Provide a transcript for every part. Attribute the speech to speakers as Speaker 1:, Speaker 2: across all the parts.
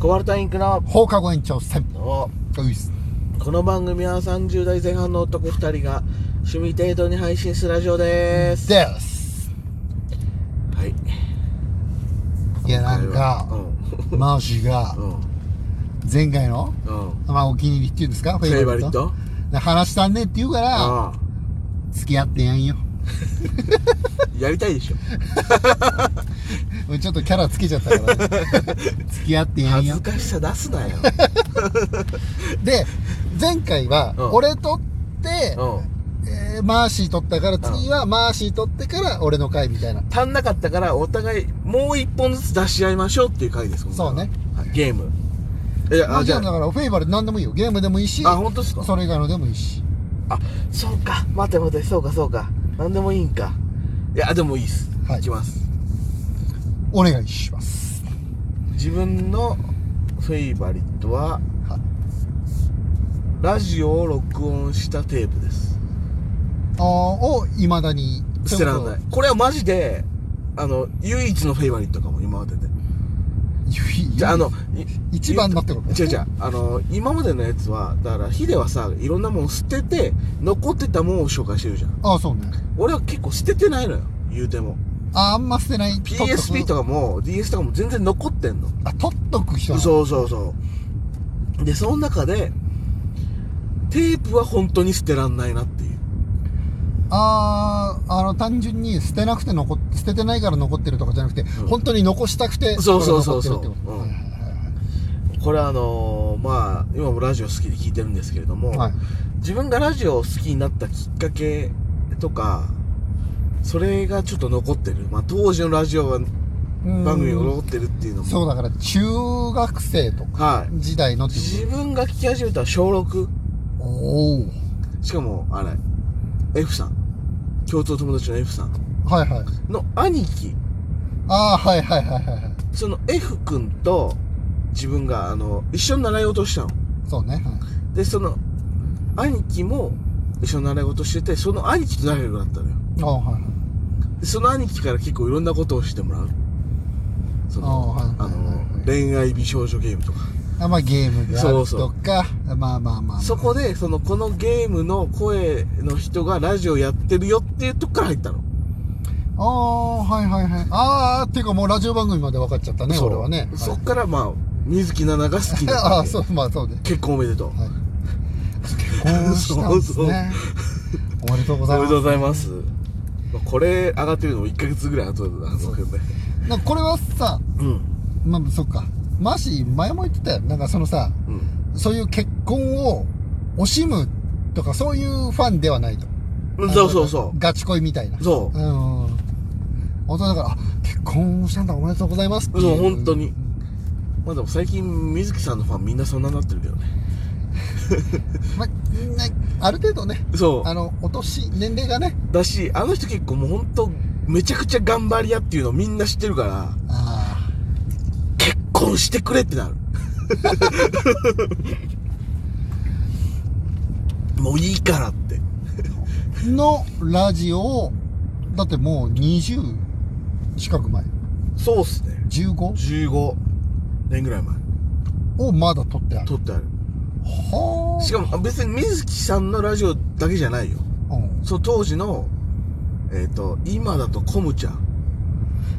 Speaker 1: コバルトインクの
Speaker 2: 放課後延長戦
Speaker 1: の
Speaker 2: ういっす
Speaker 1: この番組は30代前半の男2人が趣味程度に配信するラジオです
Speaker 2: です
Speaker 1: はい
Speaker 2: いやなんか
Speaker 1: う
Speaker 2: マオシーが
Speaker 1: んうん
Speaker 2: 前回の、
Speaker 1: うん
Speaker 2: まあ、お気に入りっていうんですかフ
Speaker 1: フェイバリット
Speaker 2: で話したんねって言うから
Speaker 1: ああ
Speaker 2: 付き合ってやんよ
Speaker 1: やりたいでしょ
Speaker 2: 俺ちょっとキャラつけちゃった から付き合ってやん
Speaker 1: 恥
Speaker 2: よ
Speaker 1: ずかしさ出すなよ
Speaker 2: で前回は
Speaker 1: うん
Speaker 2: 俺取って、
Speaker 1: うん
Speaker 2: えーマーシー取ったから次はマーシー取ってから俺の回みたいな
Speaker 1: 足んなかったからお互いもう一本ずつ出し合いましょうっていう回です
Speaker 2: そうね
Speaker 1: 今回ははいゲームいや
Speaker 2: ま
Speaker 1: あ
Speaker 2: あ
Speaker 1: じ
Speaker 2: じ
Speaker 1: ゃ
Speaker 2: ゃあだ
Speaker 1: あ
Speaker 2: からフェイバル何でもいいよゲームでもいいし
Speaker 1: あ本当ですか
Speaker 2: それ以外のでもいいし
Speaker 1: あそうか待て待てそうかそうか何でもいいんかいやでもいいっす、
Speaker 2: はい
Speaker 1: いきます
Speaker 2: お願いします
Speaker 1: 自分のフェイバリットは
Speaker 2: はい
Speaker 1: ラジオを録音したテープです
Speaker 2: あーをいまだに
Speaker 1: 捨てられないいこれはマジであの唯一のフェイバリットかも今まででじゃああのい
Speaker 2: 一番のってこと
Speaker 1: 違う違うあの今までのやつはだからヒデはさいろんなもん捨てて残ってたもんを紹介してるじゃん
Speaker 2: ああそうね
Speaker 1: 俺は結構捨ててないのよ言うても
Speaker 2: あーあんま捨てない
Speaker 1: PSP とかも DS とかも全然残ってんの
Speaker 2: あ取っとく人なの
Speaker 1: そうそうそうでその中でテープは本当に捨てらんないなっていう
Speaker 2: あああの単純に捨てなくて残っ捨ててないから残ってるとかじゃなくて、本当に残したくて
Speaker 1: そうそうそうそう
Speaker 2: これが残ってるってこと
Speaker 1: うんこれはあのーまあ今もラジオ好きで聞いてるんですけれども、
Speaker 2: はい
Speaker 1: 自分がラジオを好きになったきっかけとかそれがちょっと残ってる、まあ、当時のラジオが
Speaker 2: うん
Speaker 1: 番組が残ってるっていうのも
Speaker 2: そうだから中学生とか
Speaker 1: はい
Speaker 2: 時代のってこと
Speaker 1: 自分が聞き始めたのは小6
Speaker 2: おお
Speaker 1: しかもあれ F さん共通友達の F さん
Speaker 2: はいはい
Speaker 1: の兄貴
Speaker 2: ああはいはいはいはいはい
Speaker 1: その F 君と自分があの一緒に習い事をしたの
Speaker 2: そうね、はい
Speaker 1: でその兄貴も一緒に習い事しててその兄貴と仲良くなったのよ
Speaker 2: ああはいはい
Speaker 1: でその兄貴から結構いろんなことをしてもらうその
Speaker 2: あーはい
Speaker 1: あ
Speaker 2: はいはいは
Speaker 1: の
Speaker 2: い
Speaker 1: 恋愛美少女ゲームとか
Speaker 2: あまあゲームがあ
Speaker 1: そう
Speaker 2: る
Speaker 1: そ
Speaker 2: と
Speaker 1: う
Speaker 2: かまあまあまあ、まあ、
Speaker 1: そこでそのこのゲームの声の人がラジオやってるよっていうとこから入ったの
Speaker 2: ああはいはいはいああっていうかもうラジオ番組まで分かっちゃったね
Speaker 1: そう
Speaker 2: 俺はね
Speaker 1: そ
Speaker 2: は
Speaker 1: っ
Speaker 2: い
Speaker 1: からまあ水木奈々が好きにな っ
Speaker 2: ああ
Speaker 1: て
Speaker 2: そうまあそうで
Speaker 1: 結婚おめでとう
Speaker 2: はい結婚したんですねおめでとうご
Speaker 1: お
Speaker 2: ざい
Speaker 1: め
Speaker 2: ま
Speaker 1: ですとうございますまあこれ上がってるのも1ヶ月ぐらい後なんですけどね
Speaker 2: なんかこれはさ
Speaker 1: うん
Speaker 2: まあそっかマーシー前も言ってたよなんかそのさ
Speaker 1: うん
Speaker 2: そういう結婚を惜しむとかそういうファンではないと
Speaker 1: うんそうそうそ
Speaker 2: ガチ恋みたいな
Speaker 1: うそう
Speaker 2: うん本当だからあ結婚したんだおめでとうございますってい
Speaker 1: そう本当にまあでも最近水木さんのファンみんなそんなになってるけどね
Speaker 2: まあなある程度ね
Speaker 1: そ
Speaker 2: あのお年年齢がね
Speaker 1: うだしあの人結構もうほんとめちゃくちゃ頑張り屋っていうのみんな知ってるから
Speaker 2: ああ
Speaker 1: 結婚してくれってなる もういいからって
Speaker 2: のラジオをだってもう20近く前
Speaker 1: そうっすね
Speaker 2: 15?
Speaker 1: 15年ぐらい前
Speaker 2: をまだ撮ってある
Speaker 1: 撮ってある
Speaker 2: は
Speaker 1: しかもあ別に水木さんのラジオだけじゃないよ
Speaker 2: あ、うん、
Speaker 1: そう当時のえっ、と今だとコムちゃん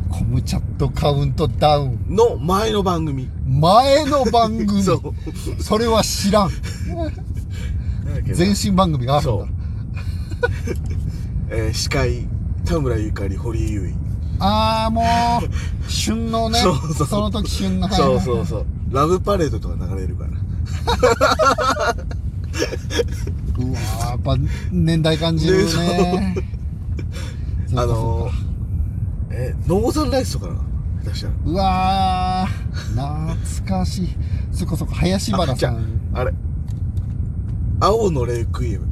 Speaker 2: コムチャットカウントダウン
Speaker 1: の前の番組
Speaker 2: 前の番 組
Speaker 1: そ
Speaker 2: そうれは知らん
Speaker 1: なんだっけな
Speaker 2: 前身番組があるん
Speaker 1: そ
Speaker 2: だ
Speaker 1: う えー司会田村ゆかり堀井優
Speaker 2: ああもう旬のね
Speaker 1: そうそう
Speaker 2: の時旬の
Speaker 1: 衣そうそうそうラブパレードとか流れるから
Speaker 2: うわーやっぱ年代感 じるねそうか
Speaker 1: あ
Speaker 2: そう
Speaker 1: のー
Speaker 2: か
Speaker 1: えーノーザンライスとかな下手したら
Speaker 2: うわー懐かしいそこそこ林原
Speaker 1: じ
Speaker 2: さ
Speaker 1: ゃ
Speaker 2: ん
Speaker 1: ああれ青のレイクイエム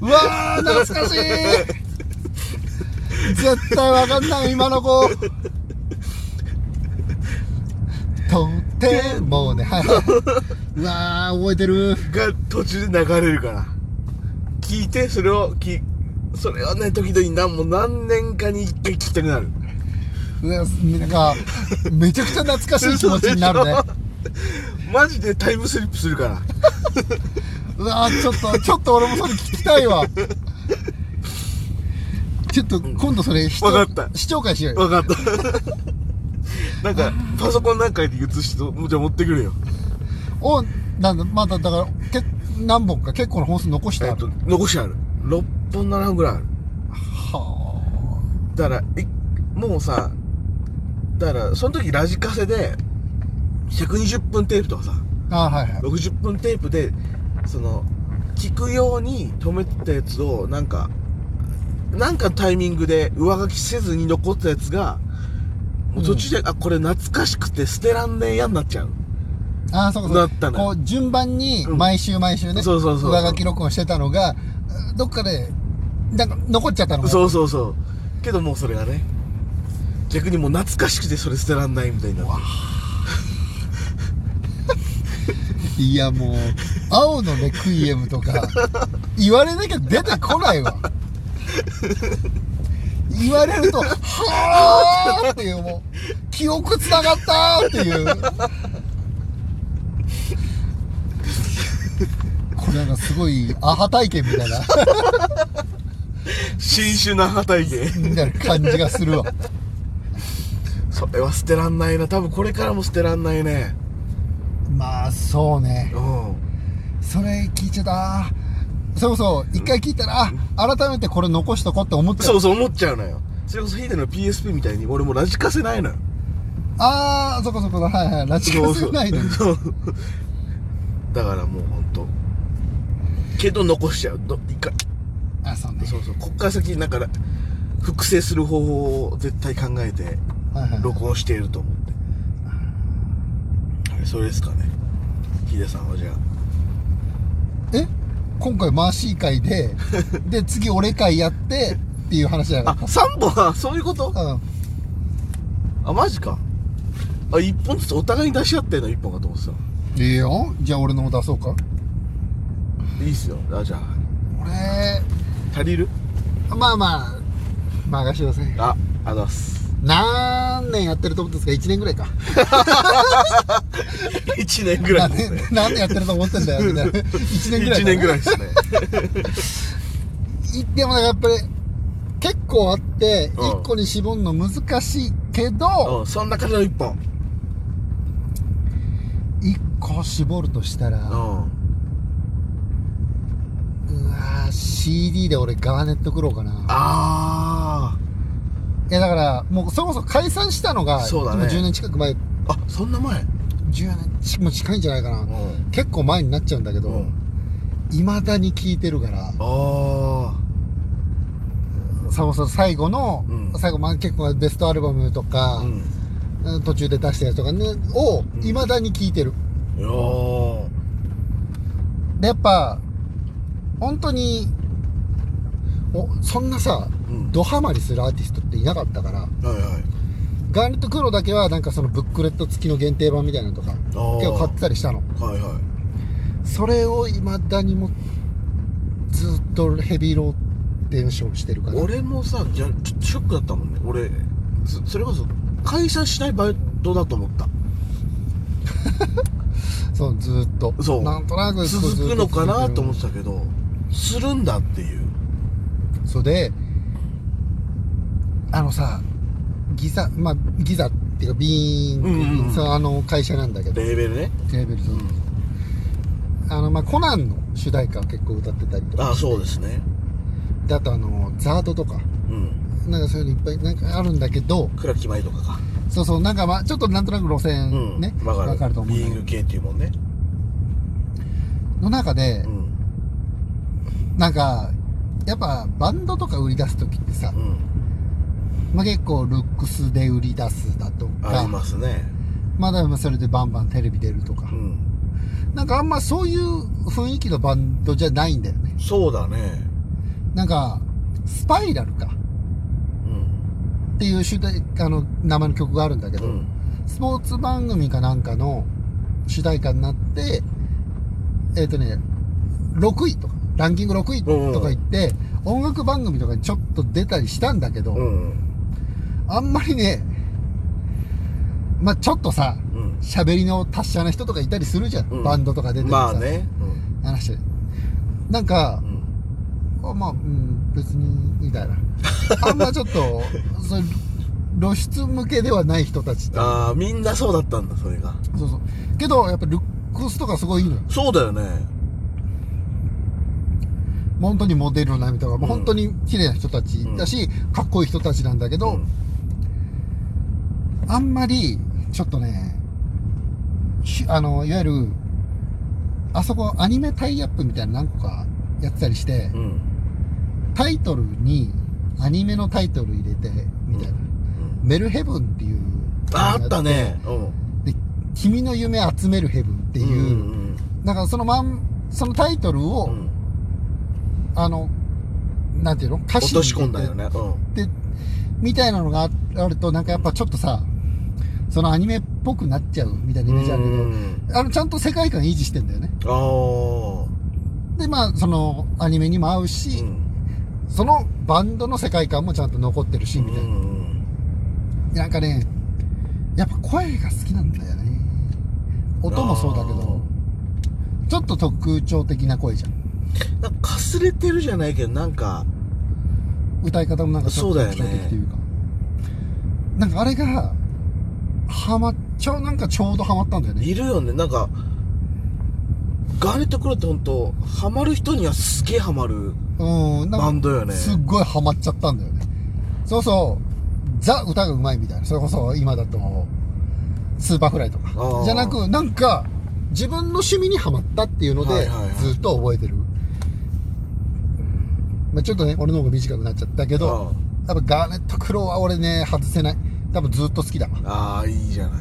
Speaker 2: うわー懐かしい絶対わかんない今の子とてもねはいうわー覚えてる
Speaker 1: が途中で流れるから聞いてそれをきそれはね時々何もう何年かに一回聞きたくなる
Speaker 2: うわなんかめちゃくちゃ懐かしい気持ちになるね
Speaker 1: マジでタイムスリップするから
Speaker 2: うわちょっとちょっと俺もそれ聞きたいわちょっと今度それ視聴
Speaker 1: わかった
Speaker 2: 視聴会しようよ
Speaker 1: 分かったなんかパソコン何回で映してとじゃあ持ってくれよ
Speaker 2: おなんだまだだからけ何本か結構の本数残して
Speaker 1: え
Speaker 2: あ
Speaker 1: っ
Speaker 2: る、
Speaker 1: と残してある6本7本ぐらいある
Speaker 2: は
Speaker 1: だからいもうさだからその時ラジカセで120分テープとかさ
Speaker 2: ああはいはい
Speaker 1: 60分テープでその聞くように止めてたやつをなんかなんかのタイミングで上書きせずに残ったやつがもう途中で、あこれ懐かしくて捨てらんねえやになっちゃう
Speaker 2: ああそうかそう
Speaker 1: なったのよ
Speaker 2: こう順番に
Speaker 1: うん
Speaker 2: 毎週毎週ね、
Speaker 1: そうそうそう
Speaker 2: 上書き録音してたのがどっかでなんか残っちゃったのが
Speaker 1: そうそうそうけどもうそれがね逆にもう懐かしくてそれ捨てらんないみたいになってる
Speaker 2: いやもう「青のレクイエム」とか言われなきゃ出てこないわ言われると「はあ」っていうもう記憶つながったーっていうこれなんかすごいアハ体験みたいな
Speaker 1: 新種な破体験
Speaker 2: みたいな感じがするわ
Speaker 1: それは捨てらんないな多分これからも捨てらんないね
Speaker 2: まあそうね
Speaker 1: うん
Speaker 2: それ聞いちゃったそれこそ一回聞いたらあ改めてこれ残しとこうって思って
Speaker 1: そうそう思っちゃうのよそれこそヒデの PSP みたいに俺もうラジカセないのよ
Speaker 2: ああそこそこだはいはいラジ カセないのに
Speaker 1: そうだからもうほんとけど残しちゃうど一回
Speaker 2: あそうね
Speaker 1: そうそうこっから先なんか複製する方法を絶対考えて
Speaker 2: はいはい
Speaker 1: 録音していると思ってはいそれですかねヒデさんはじゃ
Speaker 2: え今回マーシー会で で次俺会やってっていう話じゃ
Speaker 1: ああ
Speaker 2: なかっ
Speaker 1: 3本はそういうこと
Speaker 2: たうん
Speaker 1: あマジかあ一1本ずつお互いに出し合ってんの1本かと思ってた
Speaker 2: いいよじゃあ俺のも出そうか
Speaker 1: いいっすよあじゃあ
Speaker 2: 俺
Speaker 1: 足りる
Speaker 2: まあまあ任してください
Speaker 1: あありがとうございます
Speaker 2: 何年やってると思ってんですか1年ぐらいか
Speaker 1: 1年ぐらい
Speaker 2: 何
Speaker 1: です
Speaker 2: 年
Speaker 1: ね
Speaker 2: 何年やってると思ってんだよ みたいな1年ぐらい
Speaker 1: 1年ぐら
Speaker 2: い
Speaker 1: い ですね
Speaker 2: でもなんかやっぱり結構あって
Speaker 1: うん
Speaker 2: 1個に絞るの難しいけど
Speaker 1: うんそんな感じの1本
Speaker 2: 1個絞るとしたら
Speaker 1: うん
Speaker 2: うわー CD で俺ガーネット食ろうかな
Speaker 1: あ
Speaker 2: いやだからもうそもそも解散したのが
Speaker 1: そうだね
Speaker 2: も10年近く前10
Speaker 1: ーあそんな前
Speaker 2: 年ちもう近いんじゃないかな、
Speaker 1: ん
Speaker 2: 結構前になっちゃうんだけ
Speaker 1: う
Speaker 2: ど
Speaker 1: ん
Speaker 2: いま、未だに聞いてるから
Speaker 1: あ
Speaker 2: そもそも最後の、
Speaker 1: うん
Speaker 2: 最後まあ結構ベストアルバムと
Speaker 1: あ
Speaker 2: か
Speaker 1: う、ん
Speaker 2: 途中で出したやつとかねを
Speaker 1: ん
Speaker 2: いまだに聞いてる
Speaker 1: いやー
Speaker 2: でやっぱ本当におそんなさ
Speaker 1: うん
Speaker 2: ドハマりするアーティストっていなかったから
Speaker 1: はいはい
Speaker 2: ガーネット黒だけはなんかそのブックレット付きの限定版みたいなのとか
Speaker 1: あー
Speaker 2: 結構買ってたりしたの
Speaker 1: はいはい
Speaker 2: それをいまだにもずっとヘビーローテーションしてるから
Speaker 1: 俺もさいやちょっとショックだったもんね俺そそれこそ解散しないバイトだと思った
Speaker 2: そうずっと
Speaker 1: そう
Speaker 2: なんとなくずっと
Speaker 1: 続くのかなと思って
Speaker 2: ず
Speaker 1: たけどするんだっていう
Speaker 2: っとそうであのさギザまあギザっていうかビーンってい
Speaker 1: う
Speaker 2: う
Speaker 1: んうんうん
Speaker 2: そうあの会社なんだけど
Speaker 1: レーベルね
Speaker 2: テーブルズ
Speaker 1: うん
Speaker 2: あのまあコナンの主題歌を結構歌ってたりとか
Speaker 1: あそうですね
Speaker 2: であとあのザードとか
Speaker 1: うん
Speaker 2: なんかそういうのいっぱいなんかあるんだけど
Speaker 1: 倉木舞とかか
Speaker 2: そうそうなんかまあちょっとなんとなく路
Speaker 1: うん
Speaker 2: 線ね、
Speaker 1: わかる
Speaker 2: と思う
Speaker 1: ビ
Speaker 2: ん
Speaker 1: ー
Speaker 2: だ
Speaker 1: イン
Speaker 2: け
Speaker 1: グ
Speaker 2: ど
Speaker 1: 系っていうもんね
Speaker 2: の中で
Speaker 1: う、ん
Speaker 2: なんかやっぱバンドとか売り出す時ってさ
Speaker 1: う、ん
Speaker 2: まあ、結構ルックスで売り出すだと
Speaker 1: あ
Speaker 2: か
Speaker 1: りますね
Speaker 2: まあだからそれでバンバンテレビ出るとか
Speaker 1: う、ん
Speaker 2: なんかあんまそういう雰囲気のバンドじゃないんだよね
Speaker 1: そうだね。
Speaker 2: なんかスパイラルか
Speaker 1: うん。
Speaker 2: っていう主題あの名前の曲があるんだけど、
Speaker 1: うん。
Speaker 2: スポーツ番組かなんかの主題歌になってえっ、とね6位とかランキング6位とか言って、音楽番組とかにちょっと出たりしたんだけど、
Speaker 1: うん。
Speaker 2: あんまりね、まあちょっとさ、
Speaker 1: うん
Speaker 2: 喋りの達者な人とかいたりするじゃん。
Speaker 1: うん
Speaker 2: バンドとか出てる
Speaker 1: ま
Speaker 2: さ。
Speaker 1: あね
Speaker 2: 話して。なんか
Speaker 1: う、ん
Speaker 2: あまあ、うん、別に、みた いな。あんまちょっと、そういう露出向けではない人たちって。
Speaker 1: ああみんなそうだったんだそれが
Speaker 2: そうそう。けど、やっぱルックスとかすごいいいのよ。
Speaker 1: そうだよね
Speaker 2: 本当にモデルの並みとか、もう本当に綺麗な人たちだし、かっこいい人たちなんだけど、
Speaker 1: うん
Speaker 2: あんまり、ちょっとね、しあの、いわゆる、あそこアニメタイアップみたいな何個かやってたりして、
Speaker 1: うん
Speaker 2: タイトルにアニメのタイトル入れて、みたいな。
Speaker 1: うん
Speaker 2: メルヘブンっていう。
Speaker 1: ああったねうん
Speaker 2: で。君の夢集めるヘブンっていう、
Speaker 1: ん
Speaker 2: だからそのまん、そのタイトルを、
Speaker 1: うんうん
Speaker 2: あの、なんていうの歌
Speaker 1: 落
Speaker 2: 詞
Speaker 1: と
Speaker 2: に
Speaker 1: し
Speaker 2: 入れ
Speaker 1: 込
Speaker 2: て
Speaker 1: んだよねうん
Speaker 2: でみたいなのがああると、なんかやっぱちょっとさ、そのアニメっぽくなっちゃうみたいなイメージあるけど、
Speaker 1: うん
Speaker 2: あの、ちゃんと世界観維持してんだよね。
Speaker 1: ああ
Speaker 2: で、まあ、その、アニメにも合うし、そのバンドの世界観もちゃんと残ってるし、みたいな。なんかね、やっぱ声が好きなんだよね。音もそうだけど、ちょっと特徴的な声じゃん。
Speaker 1: なんかかすれてるじゃないけどなんか
Speaker 2: 歌い方もなんかちょっと
Speaker 1: そうだよ
Speaker 2: 特
Speaker 1: ね
Speaker 2: 徴的というか。なんかあれが、はまっちゃう、なんかちょうどはまったんだよね。
Speaker 1: いるよねなんかガーネット・クロって本当ハマる人にはすげえハマる
Speaker 2: うん、
Speaker 1: バ
Speaker 2: なん
Speaker 1: ン
Speaker 2: か、
Speaker 1: ドよね
Speaker 2: すっごいハマっちゃったんだよね。そうそう、ザ歌がうまいみたいな。それこそ今だと、スーパーフライと
Speaker 1: あ
Speaker 2: か
Speaker 1: ー。
Speaker 2: じゃなく、なんか、自分の趣味にハマったっていうの
Speaker 1: は
Speaker 2: で
Speaker 1: いはいはい、
Speaker 2: ずっと覚えてる。まあちょっとね、俺の方が短くなっちゃったけど、やっぱガーネット・クローは俺ね、外せない。多分ずっと好きだわ。
Speaker 1: ああいいじゃない